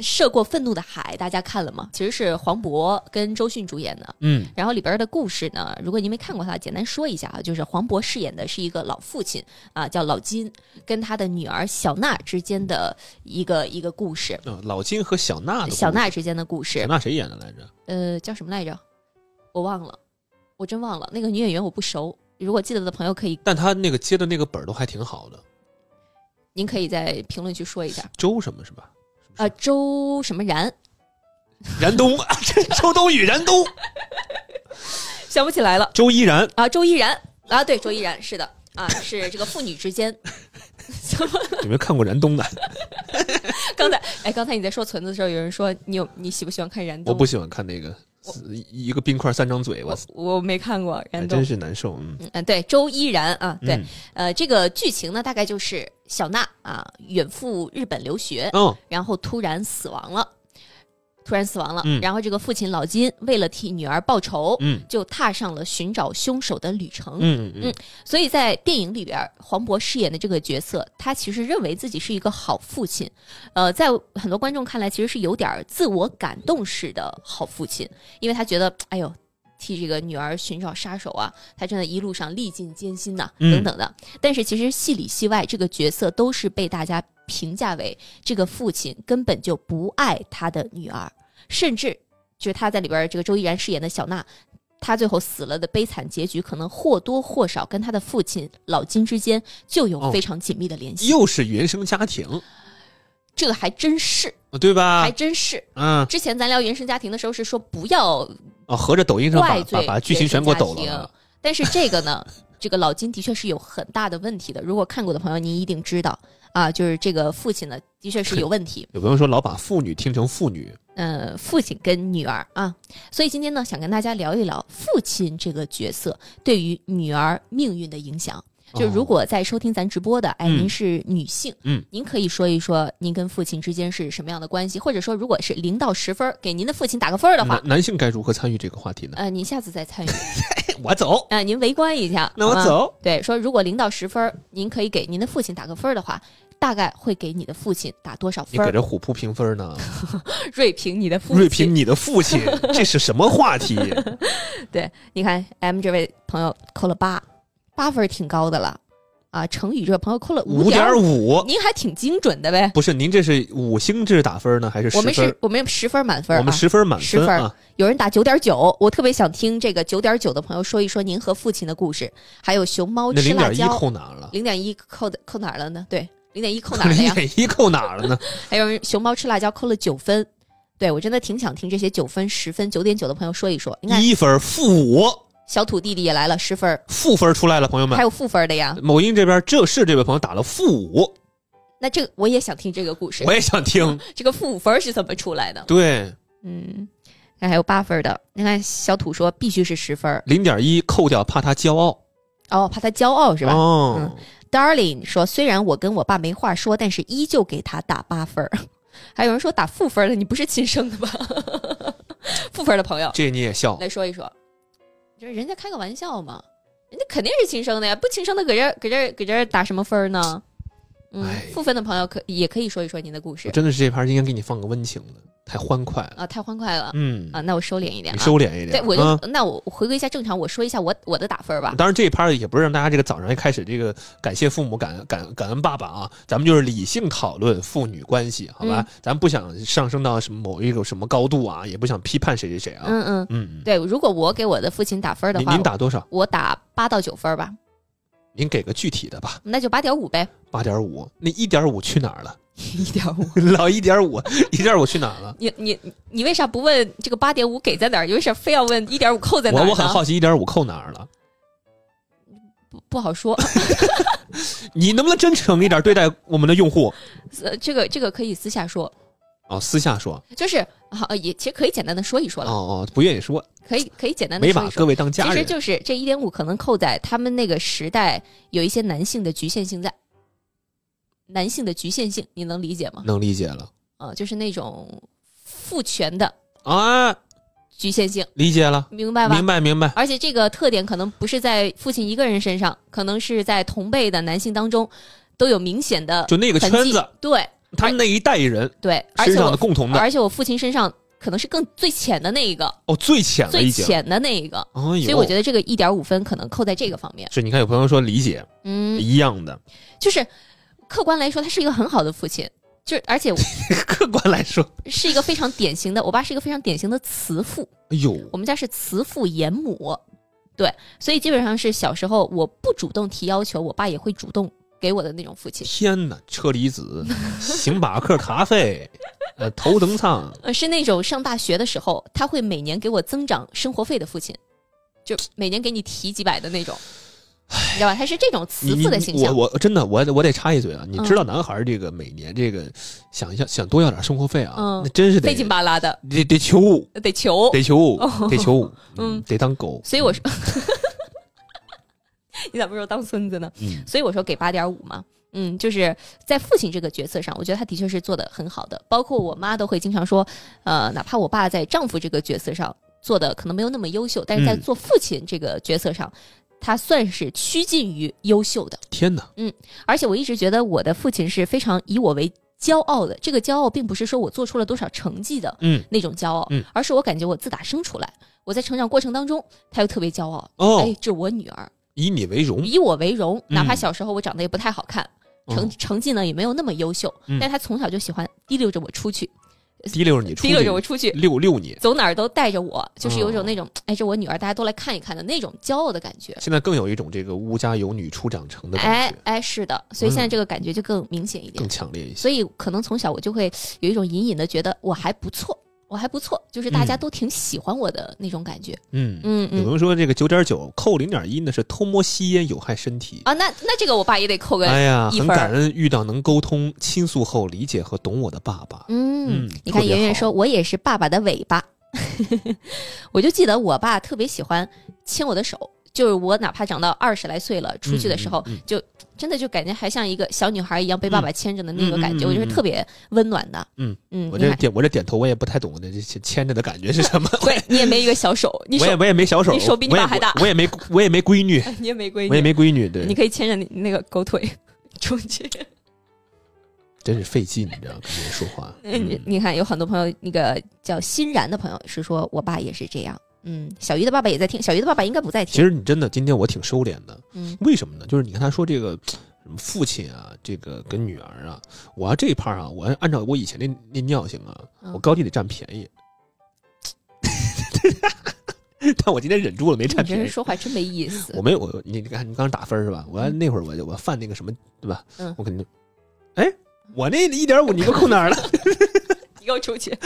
涉过愤怒的海，大家看了吗？其实是黄渤跟周迅主演的。嗯，然后里边的故事呢，如果您没看过它，简单说一下啊，就是黄渤饰演的是一个老父亲啊，叫老金，跟他的女儿小娜之间的一个一个故事，呃老金和小娜的故事小娜之间的故小事，娜谁演的来着？呃，叫什么来着？我忘了，我真忘了那个女演员我不熟，如果记得的朋友可以，但他那个接的那个本儿都还挺好的，您可以在评论区说一下。周什么是吧？呃，周什么然燃冬， 周冬雨，燃冬，想不起来 了周依然，啊，周依然啊，对，周依然是的啊，是这个父女之间。 有没有看过燃 冬的？ 刚才哎，刚才你在说裙子的时候，有人说你有你喜不喜欢看燃我冬？不喜欢看那个一一个冰块三张嘴，我我我没看过还燃冬哎真，是难受。嗯，嗯，对，周依然啊，对，嗯，呃，这个剧情呢，大概就是小娜啊远赴日本留学，哦，然后突然死亡了，突然死亡了，嗯然后这个父亲老金为了替女儿报仇，嗯就踏上了寻找凶手的旅程。嗯嗯嗯所以在电影里边，黄渤饰演的这个角色，他其实认为自己是一个好父亲，呃，在很多观众看来，其实是有点儿自我感动式的好父亲，因为他觉得，哎呦。替这个女儿寻找杀手啊，他真的一路上历尽艰辛呐、嗯等等的。但是其实戏里戏外，这个角色都是被大家评价为这个父亲根本就不爱他的女儿，甚至就是他在里边儿这个周依然饰演的小娜，她最后死了的悲惨结局，可能或多或少跟她的父亲老金之间就有哦非常紧密的联系。又是原生家庭，这个还真是，对吧还？真是。嗯，之前咱聊原生家庭的时候是说不要，哦，合着抖音上把怪罪把把剧情全给我抖原生家了庭。但是这个呢，这个老金的确是有很大的问题的。如果看过的朋友，您一定知道啊，就是这个父亲呢，的确是有问题。有朋友说老把妇女听成妇女，呃，父亲跟女儿啊，所以今天呢，想跟大家聊一聊父亲这个角色对于女儿命运的影响。就如果在收听咱直播的，哎，哦嗯您是女性，嗯，您可以说一说您跟父亲之间是什么样的关系，或者说如果是零到十分儿，给您的父亲打个分儿的话男，男性该如何参与这个话题呢？呃，您下次再参与，我走，呃，您围观一下，那我好吗。走。对，说如果零到十分儿，您可以给您的父亲打个分儿的话，大概会给你的父亲打多少你分给儿？这虎扑评分呢？锐评你的父亲，锐评你的父 亲，这是什么话题？对，你看 M 这位朋友扣了八，八分儿挺高的了啊。成宇这位朋友扣了五点点五，五，您还挺精准的呗。不是您这是五星制打分呢，还是十我们分是？我们十分满分、啊，我们十分满十分分啊！有人打九点九，我特别想听这个九点九的朋友说一说您和父亲的故事，还有熊猫那哦吃零辣点一椒，扣哪儿了？零点一扣的扣哪儿了呢？对，零点一扣哪儿 了零呀？点一扣哪儿了呢？还有人熊猫吃辣椒扣了九分，对我真的挺想听这些九分、十分、九点九的朋友说一 说。你看，一分儿负五，小土弟弟也来了，十分儿，负分儿出来了，朋友们还。有负分儿的呀。某音这边这是这位朋友打了负五，那这个我也想听这个故事我，也想听。这个负五分儿是怎么出来的？对，嗯，那还有八分儿的。你看，小土说必须是十分儿，零点一扣掉，怕他骄傲哦，怕他骄傲是吧？嗯哦， Darling 说：“虽然我跟我爸没话说，但是依旧给他打八分儿。 还有人说打负分儿的，你不是亲生的吧？ 负分儿的朋友这你也笑。来说一说，就是人家开个玩笑嘛，人家肯定是亲生的呀，不亲生的搁这儿搁这儿搁这儿打什么分儿呢？嗯哎，负分的朋友可也可以说一说您的故事我真的是这盘应该给你放个温情的，太欢快了。啊，太欢快了、嗯，啊，那我收敛一点你啊，收敛一点。对我就、啊啊那我回归一下正常，我说一下我我的打分儿吧。当然，这一盘也不是让大家这个早上一开始这个感谢父母、感感感恩爸爸啊，咱们就是理性讨论父女关系，好吧？嗯咱不想上升到什么某一种什么高度啊，也不想批判谁谁谁啊。嗯嗯，嗯，对，如果我给我的父亲打分儿的您话，您打多少？我打八到九分儿吧，您给个具体的吧，那就八点五呗。”八点五。那一点五去哪儿了？ 一点五。老一点五，一点五去哪儿了？你你你为啥不问这个八点五给在哪儿？你为啥非要问一点五扣在哪儿我呢？我很好奇一点五扣哪儿了？不不好说，你能不能真诚一点对待我们的用户？呃这个这个可以私下说，哦，私下说，就是好、呃也其实可以简单的说一说哦了，哦，不愿意说，可以可以简单的没说把一各说。位当其家实人。就是这一点五可能扣在他们那个时代有一些男性的局限性在，男性的局限性你能理解吗？能理解了啊、就是那种父权的啊，局限性，理解了，明白吧？明白明白。而且这个特点可能不是在父亲一个人身上，可能是在同辈的男性当中都有明显的就那个痕圈迹子，。对他们那一代人对，而身且上的我共同的，而且我父亲身上可能是更最浅的那一个，哦，最浅了最已经。浅的那一个，哎所呦，以我觉得这个一点五分可能扣在这个方面。是，你看有朋友说理解嗯，一样 的，就是客观来说，他是一个很好的父亲，就是而且客观来说，是一个非常典型的，我爸是一个非常典型的慈父，哎呦，我们家是慈父严母，对，所以基本上是小时候我不主动提要求，我爸也会主动给我的那种父亲。天哪，车厘子，星巴克咖啡，呃，头 等舱，呃，是那种上大学的时候，他会每年给我增长生活费的父亲，就每年给你提几百的那种，你知道吧？他是这种你慈你父的形我象。我真的我得我得插一嘴啊，你嗯知道男孩儿这个每年这个想要想多要点生活费啊，嗯那真是得费劲巴拉的，得得求得求。得求得求，嗯嗯，得当狗，所以我说， 你咋不说当孙子呢？嗯所以我说给八点五嘛。嗯，就是在父亲这个角色上，我觉得他的确是做的很好的。包括我妈都会经常说，呃，哪怕我爸在丈夫这个角色上做的可能没有那么优秀，但是在嗯做父亲这个角色上，他算是趋近于优秀的。天哪，而且我一直觉得我的父亲是非常以我为骄傲的。这个骄傲并不是说我做出了多少成绩的嗯那种骄傲，嗯而是我感觉我自打生出来，我在成长过程当中，他又特别骄傲。哦哎，，这我女儿，以你为荣，以我为荣。嗯哪怕小时候我长得也不太好看，成嗯成绩呢也没有那么优秀，嗯但他从小就喜欢提溜着我出去，提溜着你出去，提溜着我出去。溜溜你，走哪儿都带着我，就是有一种哦那种，哎，这我女儿，大家都来看一看的那种骄傲的感觉。现在更有一种这个吾家有女初长成的感哎觉，嗯哎，是的，所以现在这个感觉就更明显一点更。强烈一些。所以可能从小我就会有一种隐隐的觉得我还不错，我还不错，就是大家嗯都挺喜欢我的那种感觉。嗯，嗯有嗯朋友说这个九点九扣零点一呢是偷摸吸烟有害身体。啊，那那这个我爸也得扣个。哎呀，一很分儿感恩遇到能沟通、倾诉后理解和懂我的爸爸。嗯嗯，你看特别圆好圆说，我也是爸爸的尾巴。 我就记得我爸特别喜欢牵我的手，就是我哪怕长到二十来岁了，出去的时候，嗯嗯嗯嗯就真的就感觉还像一个小女孩一样被爸爸牵着的那个感觉，嗯嗯嗯嗯我觉得特别温暖的。嗯嗯，我你这 看，点我这点头我也不太懂，我这这牵牵着的感觉是 什么？ 对你也没一个小手，你我手也我也没小手，你手比你我也爸还大哎我我也 没我也没闺女，你也没闺我也女，没闺女，对你，可以牵着你那个狗腿 出去。真是费劲，你知道跟人说话。嗯， 你你看，有很多朋友，那个叫欣然的朋友是说，我爸也是这样。嗯，小鱼的爸爸也在听，小鱼的爸爸应该不在其听。实你真的今天我挺收敛的，嗯为什么呢？就是你看他说这个什么父亲啊，这个跟女儿啊，我要这一趴啊，我要按照我以前的那尿性啊，嗯我高低得占便宜。 但我今天忍住了，没你占这便人宜。说话真没意思 我。没有，我你你看你刚刚打分是吧？我要那会儿我就我犯那个什么对吧？嗯我肯定，哎，我那一点五你给我扣哪儿了？ 你给我出去。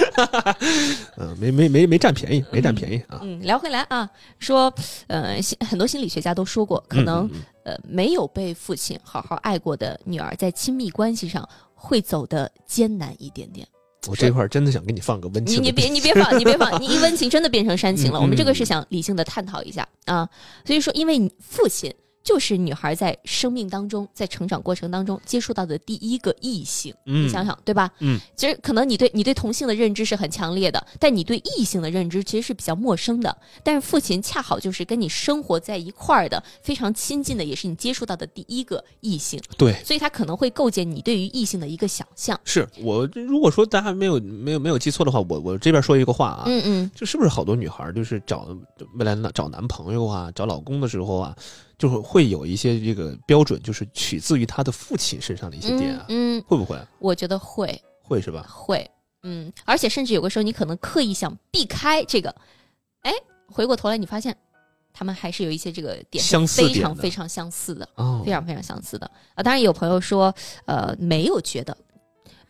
嗯，没没没没占便宜，没占便宜啊。 嗯，聊回来啊，说，呃，心很多心理学家都说过，可能、嗯嗯嗯呃没有被父亲好好爱过的女儿，在亲密关系上会走的艰难一点点。我这块儿真的想给你放个温你情的你 别屁，你别放你别放，你一温情真的变成煽情了。嗯我们这个嗯是想理性的探讨一下啊，所以说，因为你父亲就是女孩在生命当中，在成长过程当中接触到的第一个异性，你嗯想想对吧？嗯，其实可能你对你对同性的认知是很强烈的，但你对异性的认知其实是比较陌生的。但是父亲恰好就是跟你生活在一块儿的，非常亲近的，也是你接触到的第一个异性，对，所以他可能会构建你对于异性的一个想象。是我如果说大家没有没有没有记错的话，我我这边说一个话啊，嗯嗯，就是不是好多女孩儿就是找未来呢找男朋友啊，找老公的时候啊，就是会有一些这个标准，就是取自于她的父亲身上的一些点啊，嗯，嗯会不会？我觉得会。会是吧？会，嗯，而且甚至有个时候你可能刻意想避开这个，哎，回过头来你发现，他们还是有一些这个点是相似非点常的非常相似的，哦呃非，常非常相似的啊。当然有朋友说，呃，没有觉得。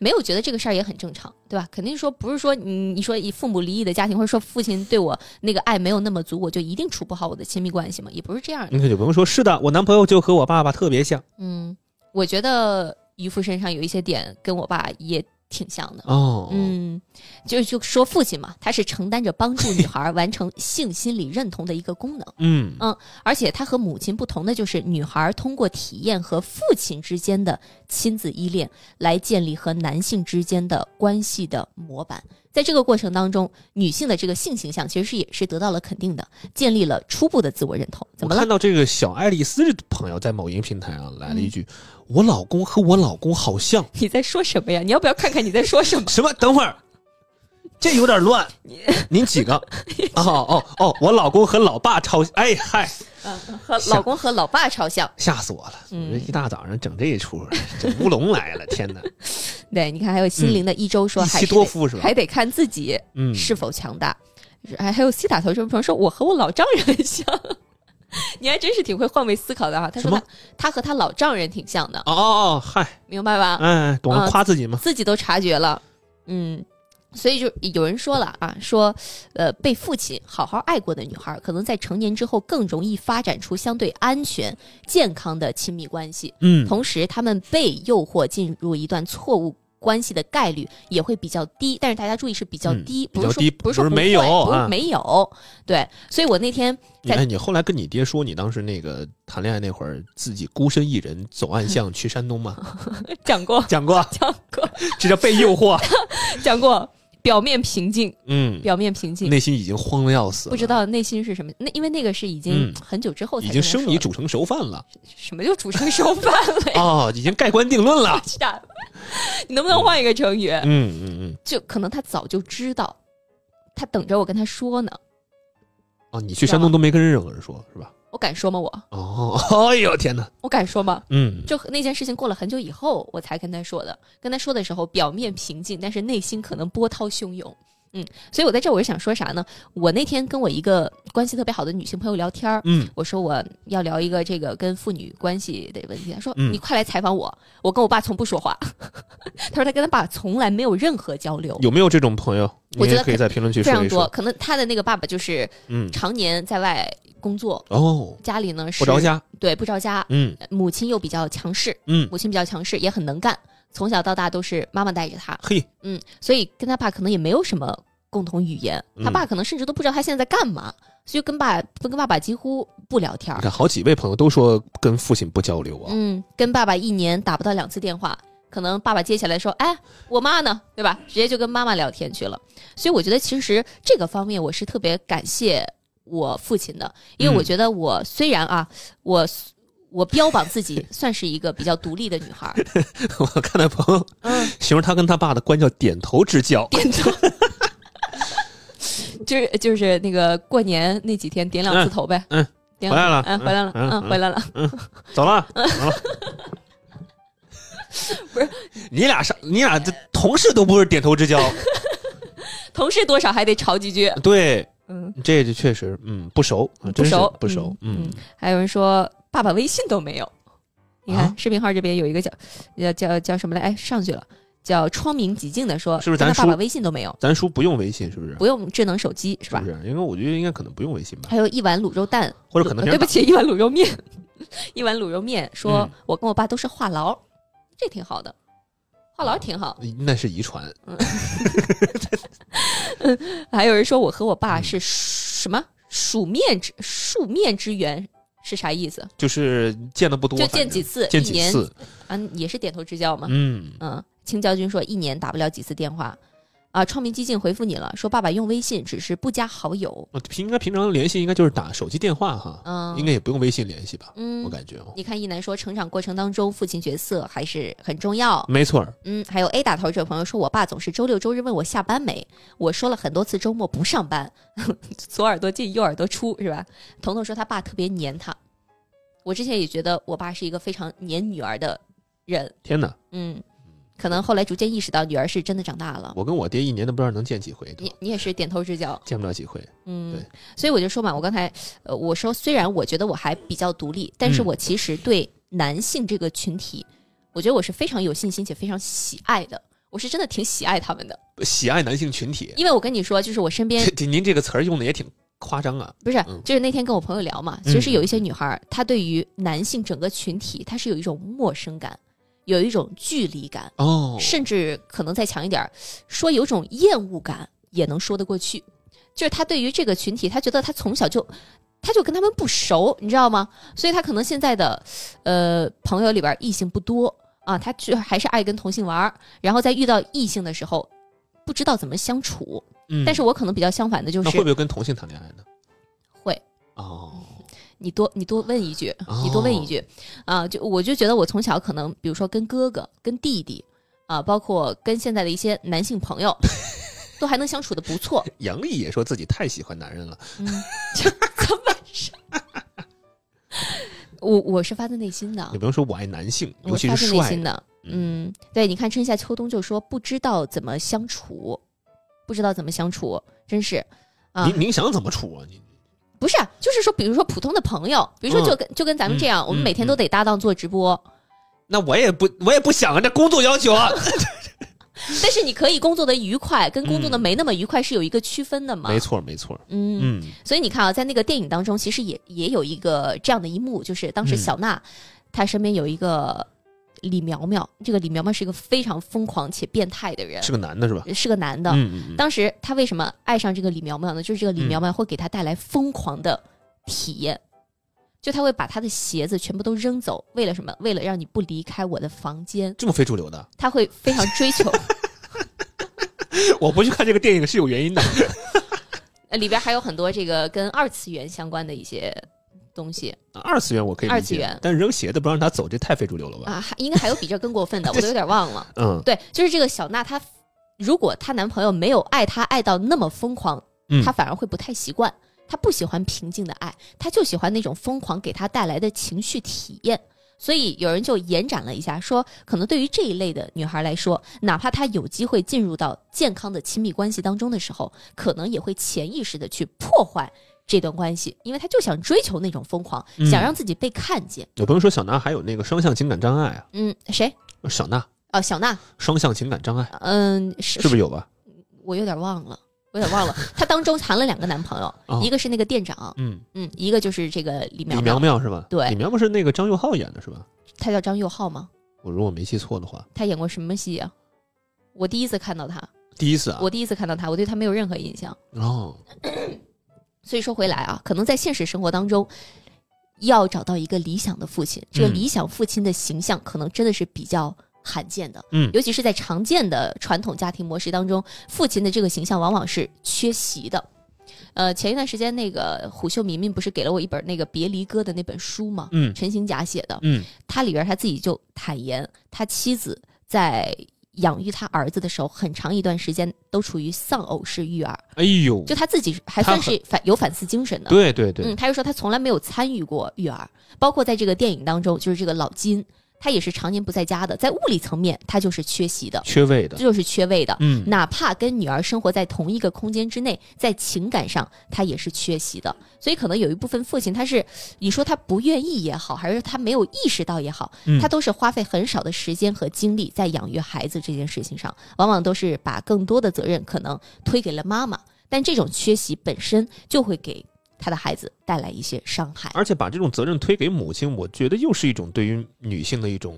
没有觉得这个事儿也很正常，对吧？肯定说不是说你你说以父母离异的家庭，或者说父亲对我那个爱没有那么足，我就一定处不好我的亲密关系嘛，也不是这样的。那就不用说，是的，我男朋友就和我爸爸特别像嗯，我觉得渔夫身上有一些点跟我爸也挺像的。哦，嗯，就就说父亲嘛，他是承担着帮助女孩完成性心理认同的一个功能，嗯嗯而且他和母亲不同的就是，女孩通过体验和父亲之间的亲子依恋来建立和男性之间的关系的模板。在这个过程当中，女性的这个性形象其实是也是得到了肯定的，建立了初步的自我认同。怎我么了 看？到这个小爱丽丝这朋友在某音平台上来了一句：“我老公和我老公好像你在说什么呀？你要不要看看你在说 什么？什么？”等会儿，这有点 乱。您几 个？哦哦哦，我老公和老爸超，哎嗨，和老公和老爸超像。吓死我了！嗯我这一大早上整这一出，整乌龙来了，天哪！对，你看，还有心灵的一周说，一还妻是多得夫是吧还？得看自己嗯，是否强大。还还有 C 打头这位朋友说，我和我老丈人很像。 你还真是挺会换位思考的哈、他什说么他他和他老丈人挺像的，哦哦哦，嗨，明白吧？哎，懂了，啊夸自己吗？自己都察觉了，嗯，所以就有人说了啊，说呃，被父亲好好爱过的女孩，可能在成年之后更容易发展出相对安全、健康的亲密关系。嗯，同时他们被诱惑进入一段错误关系的概率也会比较低。但是大家注意是比较嗯低，比不较是说低不是说不是不没会有不啊是没有。对，所以我那天你在哎，你后来跟你爹说，你当时那个谈恋爱那会儿，自己孤身一人走暗巷去山东 吗？讲过讲过，讲过这叫被诱惑。讲过，表面平静， 嗯，表面平静，内心已经慌的要死了，不知道内心是什么。那因为那个是已嗯经很久之后才已经跟他生说米的煮成熟饭了什么就煮成熟饭了 呀？。哦，已经盖棺定论了 是啊你能不能换一个成语？嗯嗯嗯，就可能他早就知道，他等着我跟他说呢。哦，你去山东都没跟任何人说是吧？我敢说吗？我哦，哎 呦天哪，我敢说吗？嗯，就那件事情过了很久以后，我才跟他说的。跟他说的时候，表面平静，但是内心可能波涛汹涌。嗯，所以我在这儿我是想说啥呢？我那天跟我一个关系特别好的女性朋友聊天儿，嗯，我说我要聊一个这个跟父女关系的问题，她说、嗯你快来采访我，我跟我爸从不说话。 她说她跟她爸从来没有任何交流，有没有这种朋友？我你觉也得可以在评论区非说常一多，说。可能她的那个爸爸就是嗯，常年在外工作，哦，家里呢不是着，家。对不着家，嗯母亲又比较强势，嗯，母亲比较强势，也很能干，从小到大都是妈妈带着他，嘿，嗯，所以跟他爸可能也没有什么共同语言，嗯他爸可能甚至都不知道他现在在干嘛，所以跟爸跟爸爸几乎不聊天你儿，看好几位朋友都说跟父亲不交流啊。嗯，跟爸爸一年打不到两次电话。可能爸爸接起来说：“哎，我妈呢？对吧？”直接就跟妈妈聊天去了。所以我觉得，其实这个方面我是特别感谢我父亲的，因为嗯我觉得我虽然啊，我我标榜自己算是一个比较独立的女孩儿， 我看到朋友嗯，形容他跟他爸的关系叫点头之交。点头。就是就是那个过年那几天点两次头呗，嗯嗯点回来了嗯，回来了，嗯嗯，嗯回来了，走了，走了。嗯 不是你俩上，你俩这同事都不是点头之 交。同事多少还得吵几句，对，嗯，这就确实，嗯，不熟，啊真是熟不熟，嗯嗯，还有人说爸爸微信都没有，你看啊视频号这边有一个叫叫叫叫什么来，哎，上去了，叫窗明几净的说，是不是跟咱他爸爸说微信都没有，咱叔不用微信，是不是？不用智能手机是是吧不？是？因为我觉得应该可能不用微信吧，还有一碗卤肉蛋，呃或者可能对不起，一碗卤肉面， 一碗卤肉面，说嗯我跟我爸都是话痨，这挺好的，话痨挺好。那是遗传，还有人说我和我嗯爸是什么数面之数面之缘是啥意思？就是见的不多，就反见正几次，见一几年次，嗯，也是点头之交嘛。嗯，嗯，青椒君说一年打不了几次电话。啊，创明激进回复你了，说爸爸用微信只是不加好友。我哦平应该平常联系应该就是打手机电话哈，嗯，应该也不用微信联系吧，我嗯，感觉哦，你看一楠说成长过程当中父亲角色还是很重要。没错儿，嗯，还有 A 打头这位朋友说，我爸总是周六周日问我下班没，我说了很多次周末不上班， 左耳朵进右耳朵出是吧？彤彤说他爸特别黏他，我之前也觉得我爸是一个非常黏女儿的人，天哪，嗯，可能后来逐渐意识到女儿是真的长大了。我跟我爹一年都不知道能见几回，你你也是点头之交，见不了几回，嗯对，所以我就说嘛，我刚才呃我说虽然我觉得我还比较独立，但是嗯我其实对男性这个群体，我觉得我是非常有信心且非常喜爱的。我是真的挺喜爱他们的，喜爱男性群体。因为我跟你说，就是我身 边这这您这个词儿用的也挺夸张啊，不是嗯，就是那天跟我朋友聊嘛，嗯其实有一些女孩儿，她对于男性整个群体，她是有一种陌生感，有一种距离感，哦，甚至可能再强一点儿，说有种厌恶感也能说得过去。就是她对于这个群体，她觉得她从小就，她就跟他们不熟，你知道吗？所以她可能现在的，呃，朋友里边儿异性不多啊，她就还是爱跟同性玩儿，然后在遇到异性的时候，不知道怎么相处。嗯但是我可能比较相反的就那是会不会跟同性谈恋爱呢？会。哦，你多你多问一句哦，你多问一句，啊，就我就觉得我从小可能，比如说跟哥哥、跟弟弟，啊，包括跟现在的一些男性朋 友，都还能相处的不错。杨丽也说自己太喜欢男人了，嗯，就怎么是？我我是发自内心的也，不用说我爱男性，尤啊我其发是自内帅心的。的。嗯，对，你看春夏秋冬就说不知道怎么相处，不知道怎么相处，真是啊。您您想怎么处啊？你不是，就是说，比如说普通的朋友，比如说就跟、就跟咱们这样，嗯我们每天都得搭档做直播，那我也不我也不想啊，这工作要求啊。但是你可以工作的愉快，跟工作的没那么愉快是有一个区分的嘛？ 没错没错，啊嗯，嗯所以你看啊，在那个电影当中，其实也也有一个这样的一幕，就是当时嗯小娜、她身边有一个李苗苗，这个李苗苗是一个非常疯狂且变态的人，是个男的是吧？是个男的。嗯嗯嗯。当时她为什么爱上这个李苗苗呢？就是这个李苗苗会给她带来疯狂的体验。就她会把她的鞋子全部都扔走，为了什么？为了让你不离开我的房间，这么非主流的， 她会非常追求。我不去看这个电影是有原因的。呃，里边还有很多这个跟二次元相关的一些东西啊二次元我可以理解二次元但扔鞋子不让他走，这太非主流了吧？啊，还应该还有比这更过分的，我都有点忘了。嗯对，就是这个小娜她。如果她男朋友没有爱她爱到那么疯狂，嗯她，反而会不太习惯。她不喜欢平静的爱，她就喜欢那种疯狂给她带来的情绪体验。所以有人就延展了一下，说可能对于这一类的女孩来说，哪怕她有机会进入到健康的亲密关系当中的时候，可能也会潜意识的去破坏这段关系，因为她就想追求那种疯狂，嗯想让自己被看见。有朋友说小娜还有那个双向情感障碍啊，嗯，谁？小娜哦，小娜，双向情感障碍嗯，是是不是有吧？我有点忘了，我有点忘了。她当中谈了两个男朋友，哦一个是那个店长，嗯，嗯，一个就是这个李李苗苗苗，苗是吧？对李苗苗是那个张佑浩演的是吧？他叫张佑浩吗？我如果没记错的话，他演过什么戏啊？我第一次看到他，第一次啊，我第一次看到他，我对他没有任何印象。哦，所以说回来啊，可能在现实生活当中，要找到一个理想的父亲，这个嗯理想父亲的形象可能真的是比较罕见的。嗯尤其是在常见的传统家庭模式当中，父亲的这个形象往往是缺席的。呃，前一段时间那个虎嗅明明不是给了我一本那个《别离歌》的那本书吗？嗯陈行甲写的，嗯他里边他自己就坦言，他妻子在养育他儿子的时候，很长一段时间都处于丧偶式育儿，哎呦，就他自己还他算很是反有反思精神的。对对对嗯，，他就说他从来没有参与过育儿，包括在这个电影当中，就是这个老金，他也是常年不在家的，在物理层面他就是缺席的，缺位的这，就是缺位的。嗯哪怕跟女儿生活在同一个空间之内，在情感上他也是缺席的，所以可能有一部分父亲他是，你说他不愿意也好，还是他没有意识到也好，嗯他都是花费很少的时间和精力在养育孩子这件事情上，往往都是把更多的责任可能推给了妈妈，但这种缺席本身就会给他的孩子带来一些伤害。而且把这种责任推给母亲，我觉得又是一种对于女性的一种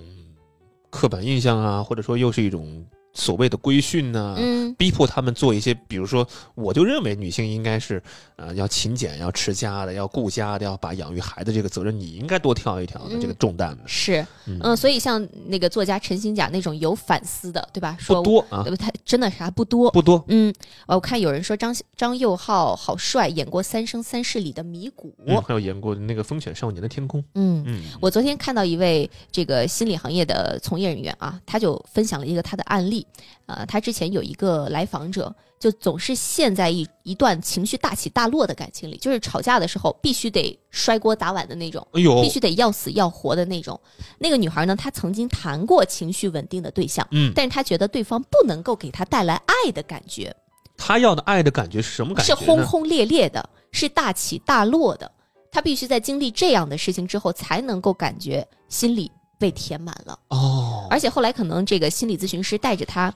刻板印象啊，或者说又是一种所谓的规训呐、嗯，逼迫他们做一些，比如说，我就认为女性应该是，呃，要勤俭、要持家的、要顾家的、要把养育孩子这个责任，你应该多挑一挑的、嗯这个重担的，是，嗯嗯，所以像那个作家陈新甲那种有反思的，对吧？不说多啊，对吧？他真的啥不多。不多。嗯，呃我看有人说张张佑浩好帅，演过《三生三世》里的米谷。我还有演过那个《风犬少年的天空》，嗯，嗯，我昨天看到一位这个心理行业的从业人员啊，他就分享了一个他的案例。呃，他之前有一个来访者，就总是陷在一一段情绪大起大落的感情里，就是吵架的时候必须得摔锅打碗的那种。哎呦必，须得要死要活的那种。那个女孩呢，她曾经谈过情绪稳定的对象，嗯但是她觉得对方不能够给她带来爱的感觉，他要的爱的感觉是什么感觉是呢？轰轰烈烈的，是大起大落的。她必须在经历这样的事情之后，才能够感觉心里被填满了。哦，而且后来可能这个心理咨询师带着她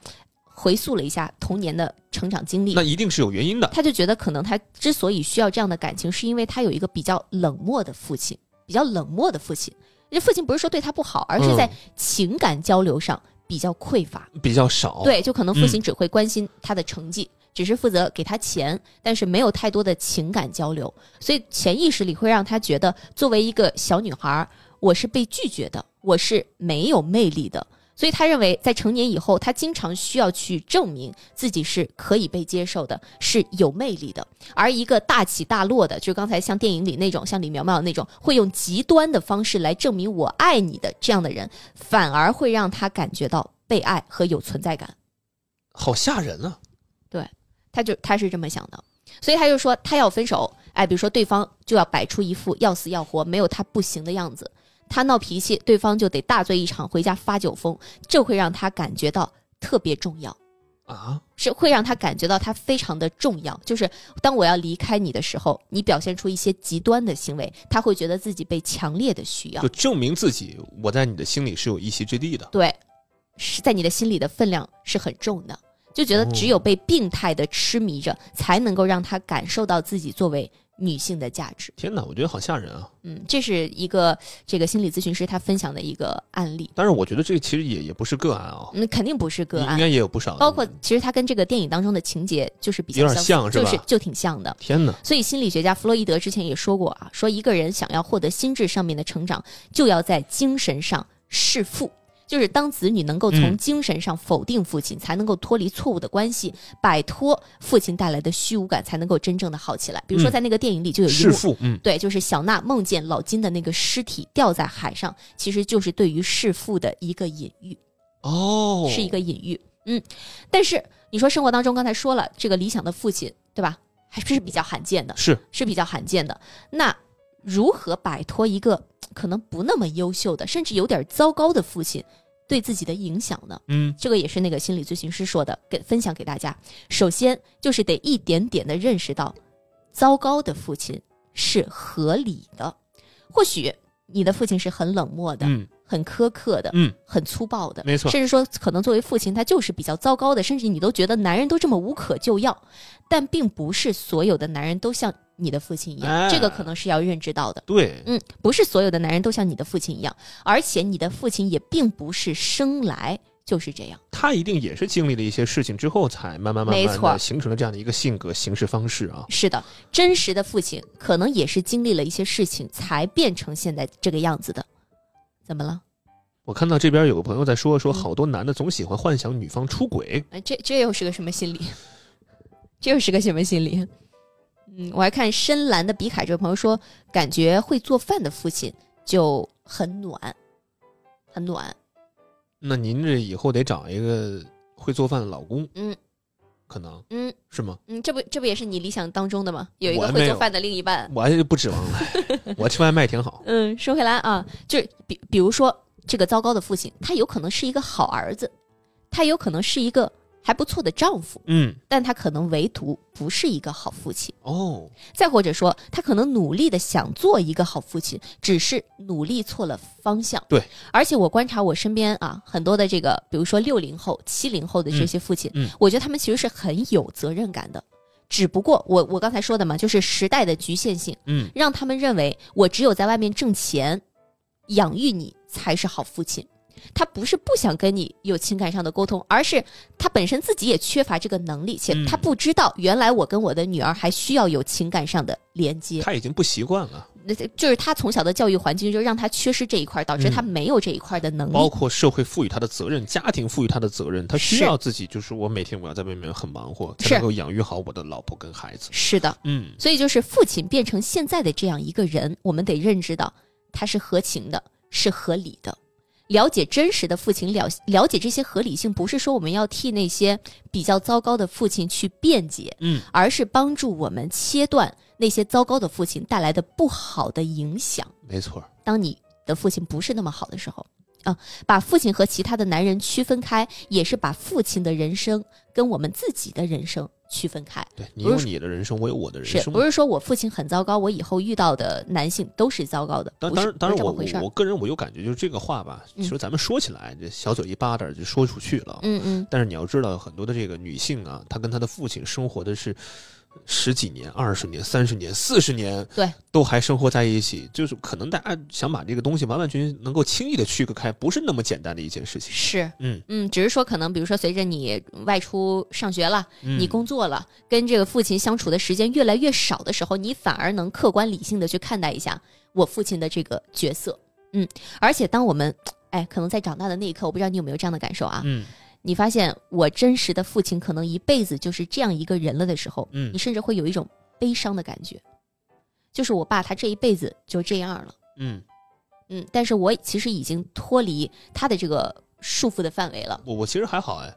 回溯了一下童年的成长经历那，一定是有原因的。他就觉得可能他之所以需要这样的感情，是因为他有一个比较冷漠的父亲，比较冷漠的父亲。这父亲不是说对他不好，而嗯是在情感交流上比较匮乏。比较少，，对，就可能父亲只会关心他的成绩，只是负责给他钱，但是没有太多的情感交流，所以潜意识里会让他觉得，作为一个小女孩儿，我是被拒绝的，我是没有魅力的。所以他认为，在成年以后，他经常需要去证明自己是可以被接受的，是有魅力的。而一个大起大落的，就刚才像电影里那种，像李苗苗那种，会用极端的方式来证明我爱你的这样的人，反而会让他感觉到被爱和有存在感。好吓人啊！他就他是这么想的，所以他就说他要分手，哎，比如说对方就要摆出一副要死要活、没有他不行的样子，他闹脾气，对方就得大醉一场，回家发酒疯，这会让他感觉到特别重要，啊，是会让他感觉到他非常的重要。就是当我要离开你的时候，你表现出一些极端的行为，他会觉得自己被强烈的需要就，证明自己我在你的心里是有一席之地的。对，是在你的心里的分量是很重的，就觉得哦只有被病态的痴迷着，才能够让他感受到自己作为女性的价值。天哪，我觉得好吓人啊！嗯，这是一个这个心理咨询师他分享的一个案例，但是我觉得这其实也也不是个案啊、嗯，肯定不是个应案该。也有不少的。包括其实他跟这个电影当中的情节就是比较有点相像似，是就吧是就挺像的。天哪，所以心理学家弗洛伊德之前也说过啊，说一个人想要获得心智上面的成长，就要在精神上弑父。就是当子女能够从嗯精神上否定父亲，才能够脱离错误的关系，摆脱父亲带来的虚无感，才能够真正的好起来。比如说，嗯在那个电影里就有一弑幕，父，嗯，对，就是小娜梦见老金的那个尸体掉在海上，其实就是对于弑父的一个隐喻。哦，是一个隐喻。嗯，但是你说生活当中，刚才说了，这个理想的父亲，对吧？还是比较罕见的，是是比较罕见的。那如何摆脱一个可能不那么优秀的，甚至有点糟糕的父亲对自己的影响呢？嗯，这个也是那个心理咨询师说的，给分享给大家。首先就是得一点点的认识到，糟糕的父亲是合理的。或许你的父亲是很冷漠的，嗯很苛刻的，嗯，很粗暴的，没错甚至说可能作为父亲他就是比较糟糕的，甚至你都觉得男人都这么无可救药，但并不是所有的男人都像你的父亲一样，哎这个可能是要认知到的。对，嗯，不是所有的男人都像你的父亲一样，而且你的父亲也并不是生来就是这样。他一定也是经历了一些事情之后，才慢慢慢没慢错的形成了这样的一个性格行事方式啊。是的，真实的父亲可能也是经历了一些事情才变成现在这个样子的。怎么了？我看到这边有个朋友在说，说嗯好多男的总喜欢幻想女方出轨，哎，这这又是个什么心理？ 这又是个什么心理？嗯，我还看深蓝的比凯这位朋友说，感觉会做饭的父亲就很暖，很暖。那您这以后得找一个会做饭的老公，嗯，可能嗯是吗？嗯，这不这不也是你理想当中的吗？有一个我会没做有饭的另一半。我还不指望了， 我吃外卖挺好。嗯，说回来啊，就是比比如说这个糟糕的父亲，他有可能是一个好儿子，他有可能是一个还不错的丈夫，嗯，但他可能唯独不是一个好父亲。哦，再或者说，他可能努力的想做一个好父亲，只是努力错了方向。对，而且我观察我身边啊，很多的这个，比如说六零后、七零后的这些父亲，嗯嗯我觉得他们其实是很有责任感的。只不过我我刚才说的嘛，就是时代的局限性，嗯，让他们认为我只有在外面挣钱，养育你才是好父亲。他不是不想跟你有情感上的沟通，而是他本身自己也缺乏这个能力，且嗯他不知道原来我跟我的女儿还需要有情感上的连接。他已经不习惯了，那就是他从小的教育环境就让他缺失这一块，导致他没有这一块的能力。嗯包括社会赋予他的责任，家庭赋予他的责任，他需是要自己就是我每天我要在外面很忙活，才是能够养育好我的老婆跟孩子。是的，嗯，所以就是父亲变成现在的这样一个人，我们得认知到他是合情的，是合理的。了解真实的父亲了了解这些合理性，不是说我们要替那些比较糟糕的父亲去辩解，嗯，而是帮助我们切断那些糟糕的父亲带来的不好的影响。没错儿，当你的父亲不是那么好的时候，啊把父亲和其他的男人区分开，也是把父亲的人生跟我们自己的人生区分开。对你不有是你的人生，我有我的人是生不。是说我父亲很糟糕，我以后遇到的男性都是糟糕的？当不当是然，当然不是这我，么回事我儿。我个人我有感觉，就是这个话吧，嗯其实咱们说起来，这小嘴一巴掌就说出去了。嗯嗯，但是你要知道，很多的这个女性啊，她跟她的父亲生活的是十几年、二十年、三十年、四十年，对，都还生活在一起，就是可能大家想把这个东西完完全全能够轻易的区隔开，不是那么简单的一件事情。是。嗯，嗯，只是说可能，比如说随着你外出上学了，你嗯工作了，跟这个父亲相处的时间越来越少的时候，你反而能客观理性的去看待一下我父亲的这个角色。嗯，而且当我们哎，可能在长大的那一刻，我不知道你有没有这样的感受啊？嗯你发现我真实的父亲可能一辈子就是这样一个人了的时候，嗯你甚至会有一种悲伤的感觉，就是我爸他这一辈子就这样了。嗯，嗯，但是我其实已经脱离他的这个束缚的范围了。我我其实还好哎，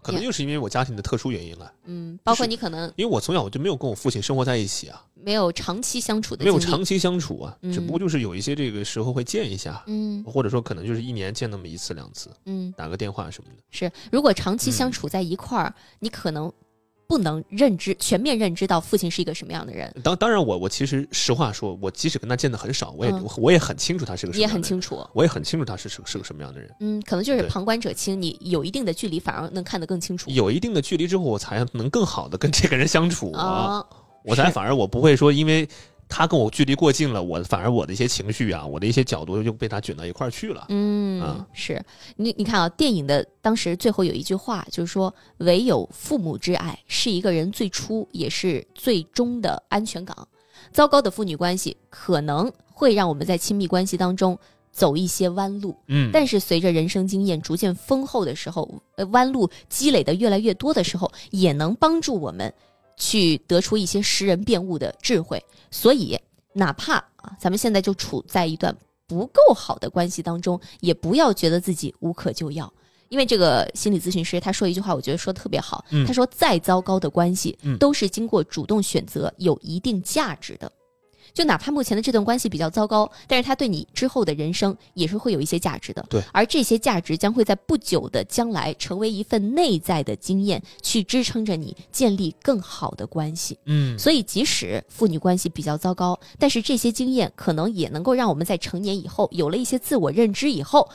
可能也又是因为我家庭的特殊原因了，嗯，包就括是你可能因为我从小我就没有跟我父亲生活在一起啊，没有长期相处的没有经历长期相处啊，嗯只不过就是有一些这个时候会见一下，嗯或者说可能就是一年见那么一次两次，嗯，打个电话什么的。是，如果长期相嗯处在一块儿，你可能不能认知全面认知到父亲是一个什么样的人，当当然我，我其实实话说，我即使跟他见的很少，我也、嗯我也很清楚他是个什么你也样的很人，清楚。我也很清楚他是是是个什么样的人。嗯，可能就是对旁观者清，你有一定的距离，反而能看得更清楚。有一定的距离之后，我才能更好的跟这个人相处啊，啊，我才是反而我不会说因为。他跟我距离过近了，我反而我的一些情绪啊，我的一些角度就被他卷到一块儿去了。嗯啊，是你你看啊，电影的当时最后有一句话，就是说唯有父母之爱是一个人最初也是最终的安全港。糟糕的父女关系可能会让我们在亲密关系当中走一些弯路，嗯，但是随着人生经验逐渐丰厚的时候，呃，弯路积累的越来越多的时候，也能帮助我们去得出一些识人辨物的智慧。所以，哪怕啊，咱们现在就处在一段不够好的关系当中，也不要觉得自己无可救药。因为这个心理咨询师他说一句话，我觉得说的特别好。嗯他说，再糟糕的关系嗯都是经过主动选择，有一定价值的。就哪怕目前的这段关系比较糟糕，但是它对你之后的人生也是会有一些价值的。对，而这些价值将会在不久的将来成为一份内在的经验，去支撑着你建立更好的关系。嗯所以，即使父女关系比较糟糕，但是这些经验可能也能够让我们在成年以后有了一些自我认知以后，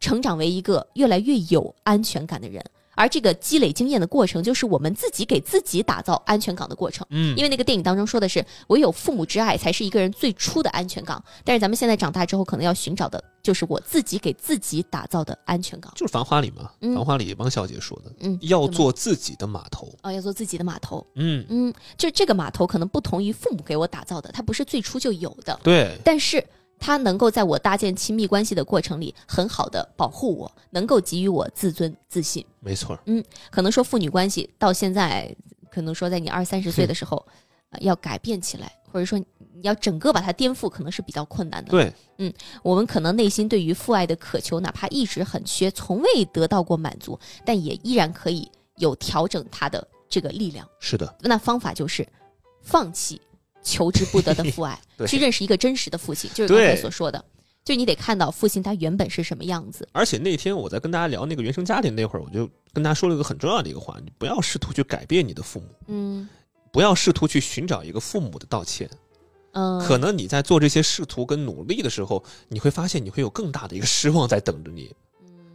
成长为一个越来越有安全感的人。而这个积累经验的过程，就是我们自己给自己打造安全港的过程。嗯因为那个电影当中说的是，唯有父母之爱才是一个人最初的安全港。但是咱们现在长大之后，可能要寻找的就是我自己给自己打造的安全港。就是《繁花》里嘛，嗯繁花》里王小姐说的，嗯，要怎么做自己的码头。啊、要做自己的码头。嗯，嗯，就这个码头可能不同于父母给我打造的，它不是最初就有的，对，但是它能够在我搭建亲密关系的过程里，很好的保护我，能够给予我自尊自信。没错儿。可能说父女关系到现在，可能说在你二三十岁的时候、呃要改变起来，或者说你要整个把它颠覆，可能是比较困难的。对，我们可能内心对于父爱的渴求，哪怕一直很缺，从未得到过满足，但也依然可以有调整它的这个力量。是的，那方法就是放弃求之不得的父爱对，去认识一个真实的父亲，就是刚才对所说的，就是你得看到父亲他原本是什么样子。而且那天我在跟大家聊那个原生家庭那会儿，我就跟大家说了一个很重要的一个话：你不要试图去改变你的父母，嗯不要试图去寻找一个父母的道歉。嗯，可能你在做这些试图跟努力的时候，你会发现你会有更大的一个失望在等着你。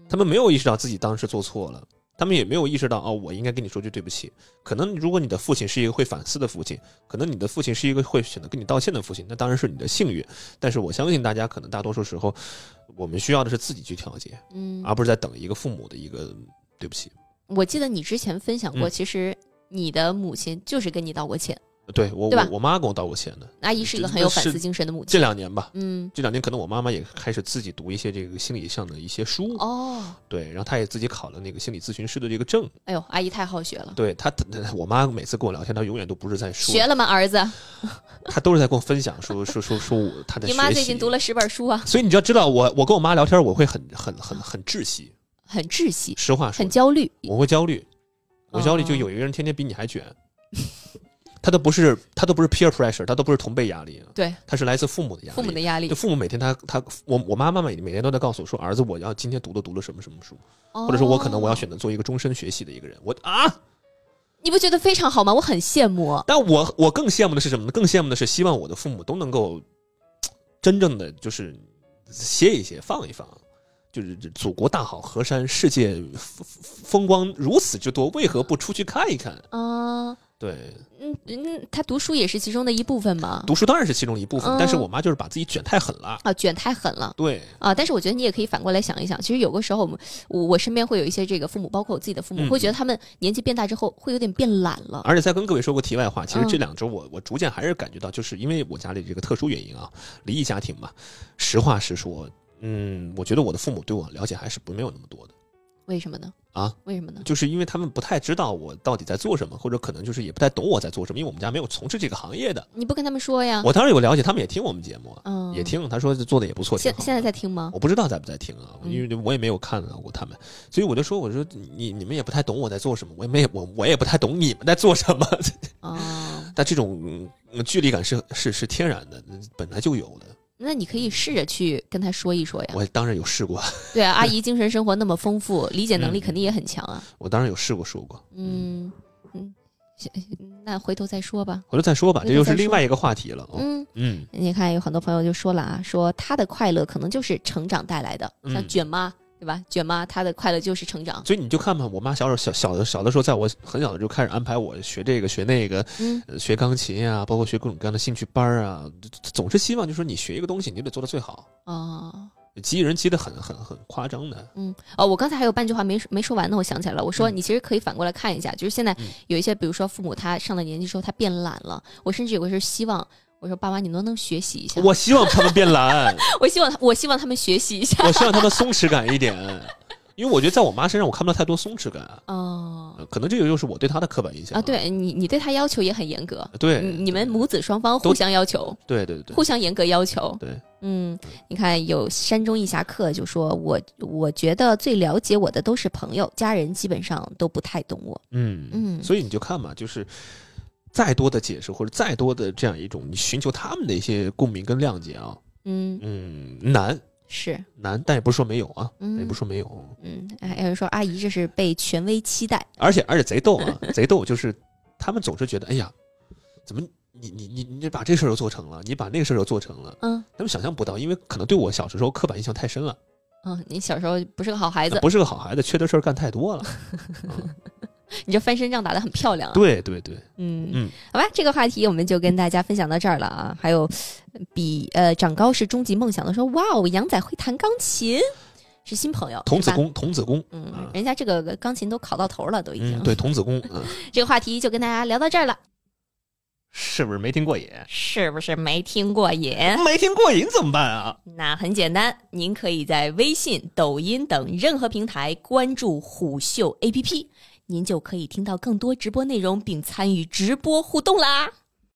他们没有意识到自己当时做错了，他们也没有意识到哦，我应该跟你说句对不起。可能如果你的父亲是一个会反思的父亲，可能你的父亲是一个会选择跟你道歉的父亲，那当然是你的幸运。但是我相信大家可能大多数时候，我们需要的是自己去调节，嗯而不是在等一个父母的一个对不起。我记得你之前分享过，嗯其实你的母亲就是跟你道过歉，对我对吧我我妈跟我道过歉的，阿姨是一个很有反思精神的母这亲。两年吧。嗯，这两年可能我妈妈也开始自己读一些这个心理上的一些书，哦，对，然后她也自己考了那个心理咨询师的这个证。哎呦，阿姨太好学了，对她，她我妈每次跟我聊天，她永远都不是在说，学了吗，儿子？她都是在跟我分享说说说说我她的你学习。妈最近读了十本书啊，所以你就要知道，我我跟我妈聊天，我会很很很很窒息。很窒息，实话说很，焦虑。我会焦虑，我焦虑哦就有一个人天天比你还卷，他都不是他都不是 peer pressure，他都不是同辈压力，啊对他是来自父母的压力。父母的压力就，父母每天他他我我妈妈每每天都在告诉我说，儿子我要今天读的读了什么什么书，或或者说我可能我要选择做一个终身学习的一个人。我啊，你不觉得非常好吗？我很羡慕。但我我更羡慕的是什么呢？更羡慕的是希望我的父母都能够真正的就是歇一歇，放一放。就是这祖国大好河山，世界风风光如此之多，为何不出去看一看？嗯对，嗯嗯，他读书也是其中的一部分嘛。读书当然是其中的一部分，嗯但是我妈就是把自己卷太狠了。啊，卷太狠了。对，啊，但是我觉得你也可以反过来想一想，其实有个时候我们，我我身边会有一些这个父母，包括我自己的父母，嗯会觉得他们年纪变大之后会有点变懒了。而且再跟各位说个题外话，其实这嗯两周我我逐渐还是感觉到，就是因为我家里这个特殊原因啊，离异家庭嘛，实话实说，嗯，我觉得我的父母对我了解还是不没有那么多的。为什么呢？啊，为什么呢？就是因为他们不太知道我到底在做什么，或者可能就是也不太懂我在做什么，因为我们家没有从事这个行业的。你不跟他们说呀？我当然有了解，他们也听我们节目，嗯，也。听，他说做的也不错。现挺好的现在在听吗？我不知道在不在听啊，嗯因为我也没有看到过他们，所以我就说，我说你你们也不太懂我在做什么，我也没我我也不太懂你们在做什么。 啊，但这种嗯距离感是是是天然的，嗯本来就有的。那你可以试着去跟他说一说呀。我当然有试过，对啊，阿姨精神生活那么丰富，理解能嗯力肯定也很强啊。我当然有试过说过。嗯嗯，行那回头再说吧。回头再说吧，回头这又再是说另外一个话题了。哦嗯，嗯你看有很多朋友就说了啊，说他的快乐可能就是成长带来的，像嗯卷妈对吧？卷妈她的快乐就是成长。所以你就看吧，我妈小时候小小的小的时候，在我很小的就开始安排我学这个学那个，嗯呃学钢琴呀、包括学各种各样的兴趣班儿啊，总是希望就是说你学一个东西，你得做到最好。哦激人激得很很很夸张的，哦，我刚才还有半句话没没说完呢，我想起来了，我说嗯你其实可以反过来看一下，就是现在嗯有一些，比如说父母他上了年纪之后他变懒了，我甚至有个时候希望。我说爸妈，你能不能学习一下？我希望他们变 懒，我希望他，我希望他们学习一下。我希望他们松弛感一点，因为我觉得在我妈身上我看不到太多松弛感，哦呃可能这个又是我对她的刻板印象啊，对你，你对他要求也很严格。对，你你们母子双方互都相要求，对对对互相严格要求。对，嗯，你看有山中一侠客就说我，我觉得最了解我的都是朋友，家人基本上都不太懂我。嗯嗯所以你就看嘛，就是。再多的解释或者再多的这样一种，你寻求他们的一些共鸣跟谅解啊，嗯，嗯，难，是，难，但也不是说没有啊，嗯也不是说没有。嗯，哎，有人说阿姨这是被权威期待，而且而且贼逗 啊，贼逗，就是他们总是觉得，哎呀，怎么你你你你把这事儿又做成了，你把那个事儿又做成了，嗯他们想象不到，因为可能对我小时候刻板印象太深了，嗯，你小时候不是个好孩子，不是个好孩子，缺德事儿干太 多了。嗯你这翻身仗打得很漂亮啊。对对对，嗯嗯好吧，这个话题我们就跟大家分享到这儿了啊。还有比呃长高是终极梦想的说，哇哦，杨仔会弹钢琴，是新朋友，童子是吧。功，童子功，嗯啊，人家这个钢琴都考到头了，都已经。嗯，对，童子功，嗯，这个话题就跟大家聊到这儿了，是不是没听过瘾？是不是没听过瘾？没听过瘾怎么办啊？那很简单，您可以在微信、抖音等任何平台关注虎嗅 APP，您就可以听到更多直播内容并参与直播互动啦。